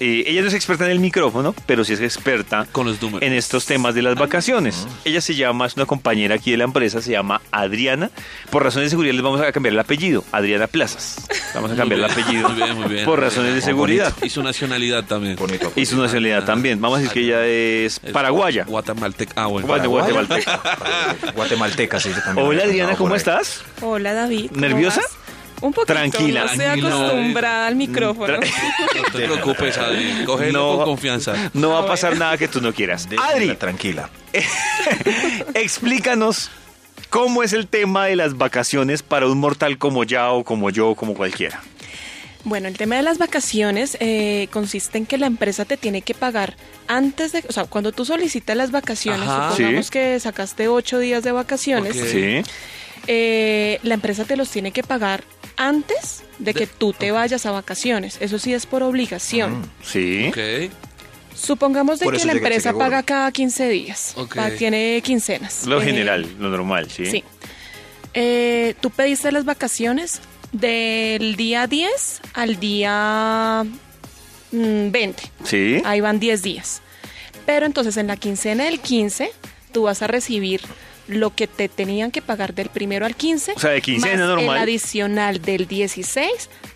eh, ella no es experta en el micrófono, pero sí es experta Con los números. en estos temas de las Ah, vacaciones. Ella se llama, es una compañera aquí de la empresa, se llama Adriana. Por razones de seguridad les vamos a cambiar el apellido, Adriana Plazas. Vamos a cambiar el Muy bien, apellido Muy bien, muy bien. por razones de Muy seguridad. bonito. Y su nacionalidad también. Bonito. Y su nacionalidad también. Vamos a decir que ella es Es paraguaya. Guatemalteca. Ah, bueno. Guate- guatemalteca. Guatemalteca, sí. yo también. Hola Adriana, No, ¿cómo por ahí. estás? Hola David. ¿cómo ¿Nerviosa? vas? Un poquito. Tranquila. Mm, No estoy Tranquilo. acostumbrada al micrófono. Tra- No te preocupes, Adri. Cógelo No. con confianza. No va a Ah, pasar bueno. nada que tú no quieras. De- Adri, Tranquila. explícanos cómo es el tema de las vacaciones para un mortal como ya o como yo o como cualquiera. Bueno, el tema de las vacaciones eh, consiste en que la empresa te tiene que pagar antes de, o sea, cuando tú solicitas las vacaciones, Ajá. supongamos Sí. que sacaste ocho días de vacaciones, Ok. Sí. eh, la empresa te los tiene que pagar antes de que tú te vayas a vacaciones. Eso sí es por obligación. Sí. Ok. Supongamos de Por que eso la llegaste empresa seguro. paga cada 15 días. Ok. Pa- Tiene quincenas. Lo Eh, general, lo normal, ¿sí? Sí. Eh, Tú pediste las vacaciones del día 10 al día mm, 20. Sí. Ahí van 10 días. Pero entonces en la quincena del 15 tú vas a recibir lo que te tenían que pagar del primero al 15. O sea, de quincena más normal. El adicional del 16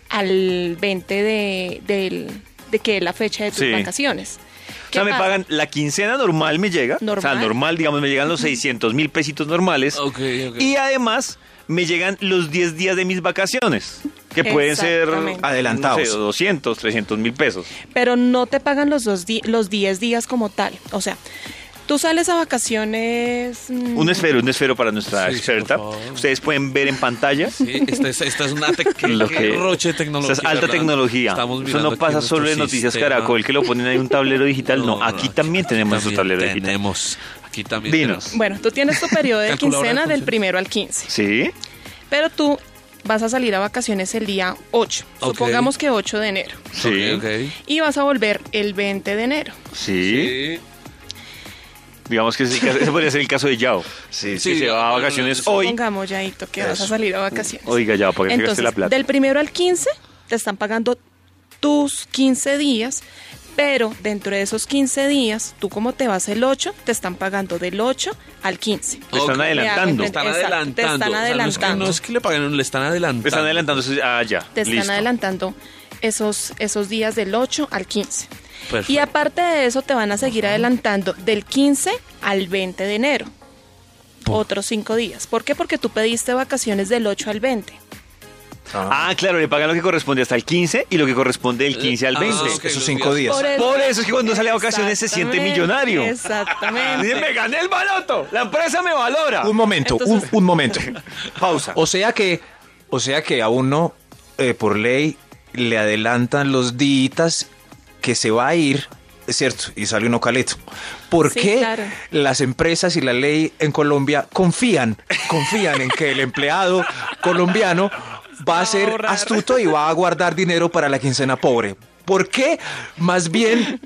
al 20 de, del- de que es la fecha de tus Sí. vacaciones. O sea, ¿Qué me pasa? pagan la quincena normal, me llega. O sea, Normal. normal, digamos, me llegan los 600 mil pesitos normales. Ok, ok. Y además, me llegan los 10 días de mis vacaciones, que pueden ser Exactamente. Adelantados. no sé, 200, 300 mil pesos. pero no te pagan los dos di- los 10 días como tal. O sea, tú sales a vacaciones. mm, Un esfero, un esfero para nuestra Sí, sí, experta. por favor. Ustedes pueden ver en pantalla. Sí, esta, es, esta es una tec- qué- Lo qué que- roche de Esta tecnología. es alta ¿verdad? tecnología. Estamos Eso mirando no aquí pasa nuestro solo en Noticias sistema. Caracol, que lo ponen ahí en un tablero digital. No, aquí también tenemos su nuestro tablero digital. Tenemos. Aquí también. Dinos. tenemos. Bueno, tú tienes tu periodo de Calculadora de quincena del funciones. primero al 15, Sí, pero tú vas a salir a vacaciones el día 8, Ok. supongamos que 8 de enero, sí, Ok, ok. y vas a volver el 20 de enero. sí. Digamos que ese, ca- ese podría ser el caso de Yao. Sí, que Sí, se va a no, no, vacaciones no, hoy. Supongamos, Yaito, que vas a Eso. salir a vacaciones. Oiga, ya, para que gaste Entonces, la plata. del primero al 15 te están pagando tus 15 días, pero dentro de esos 15 días, tú como te vas el 8, te están pagando del 8 al 15. Te están Ok. adelantando. Me hago Están Exacto, te adelantando. O están sea, no es que- adelantando. no es que le paguen, le están adelantando. Te están adelantando. eso- Ah, ya. Te están listo. adelantando esos, esos días del 8 al 15. Perfecto. Y aparte de eso, te van a seguir adelantando del 15 al 20 de enero. Otros 5 días. ¿Por qué? Porque tú pediste vacaciones del 8 al 20. Ah, claro, le pagan lo que corresponde hasta el 15 y lo que corresponde del 15 al Ah, 20. ok, Esos los cinco días. días. Por eso es que cuando sale a vacaciones se siente Exactamente, millonario. Dice, Exactamente. me gané el baloto. La empresa me valora. Un momento, un- Entonces- un, momento. Pausa. O sea que, o sea que a uno, eh, por ley, le adelantan los días que se va a ir, es cierto, y sale uno caleto. ¿Por Sí, qué claro. las empresas y la ley en Colombia confían, confían en que el empleado colombiano va a ser ahorrar. astuto y va a guardar dinero para la quincena pobre? ¿Por qué? Más bien,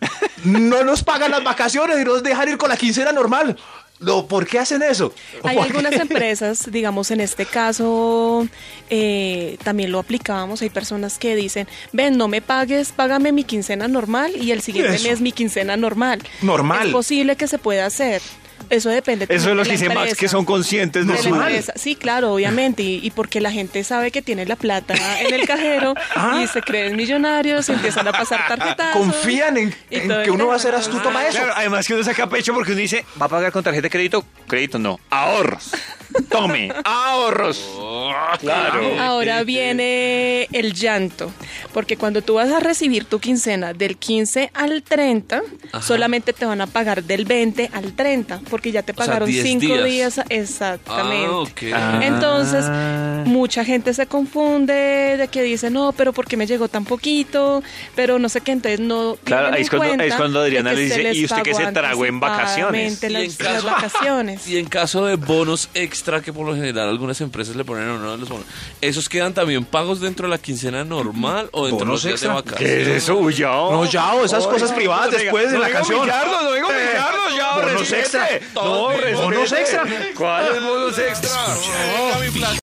no nos pagan las vacaciones y nos dejan ir con la quincena normal. No, ¿Por qué hacen eso? Hay ¿Por algunas qué? empresas, digamos en este caso, eh, también lo aplicábamos. Hay personas que dicen, ven, no me pagues, págame mi quincena normal y el siguiente Eso. mes mi quincena normal. Normal. Es posible que se pueda hacer. Eso depende. Eso también es lo de que la dice Max, empresa. que son conscientes de de la su... empresa. Sí, claro, obviamente. Y, y porque la gente sabe que tiene la plata en el cajero Ah. y se creen millonarios y empiezan a pasar tarjetas. Confían en- en que uno va a ser astuto para eso. Claro, además que uno saca pecho porque uno dice, ¿va a pagar con tarjeta de crédito? Crédito no, ahorros. Tome, ahorros. Claro. Ahora viene el llanto, porque cuando tú vas a recibir tu quincena del 15 al 30, solamente te van a pagar del 20 al 30, porque ya te sea, pagaron 10 5 días. días. Exactamente. Ah, ok. Entonces, Ah. mucha gente se confunde de que dice, no, pero ¿por qué me llegó tan poquito? Pero no sé qué, entonces no. Claro, tienen ahí es en cuando- ahí es cuenta cuando Adriana de le se dice, les "¿Y usted qué se pagó tragó en vacaciones?" anticipadamente Y en Las, las caso- vacaciones. Y en caso de bonos extra que por lo general algunas empresas le ponen a uno de los bonos, ¿esos quedan también pagos dentro de la quincena normal o dentro de los ¿Bonos días extra? de vacaciones? ¿Qué es eso, Uy, ya? No, ya, o esas cosas privadas después de la canción. Eh, Millardo, no vengo Millardo, ya, bonos respete. extra. No, Bonos respete. extra. ¿Cuál es bonos extra?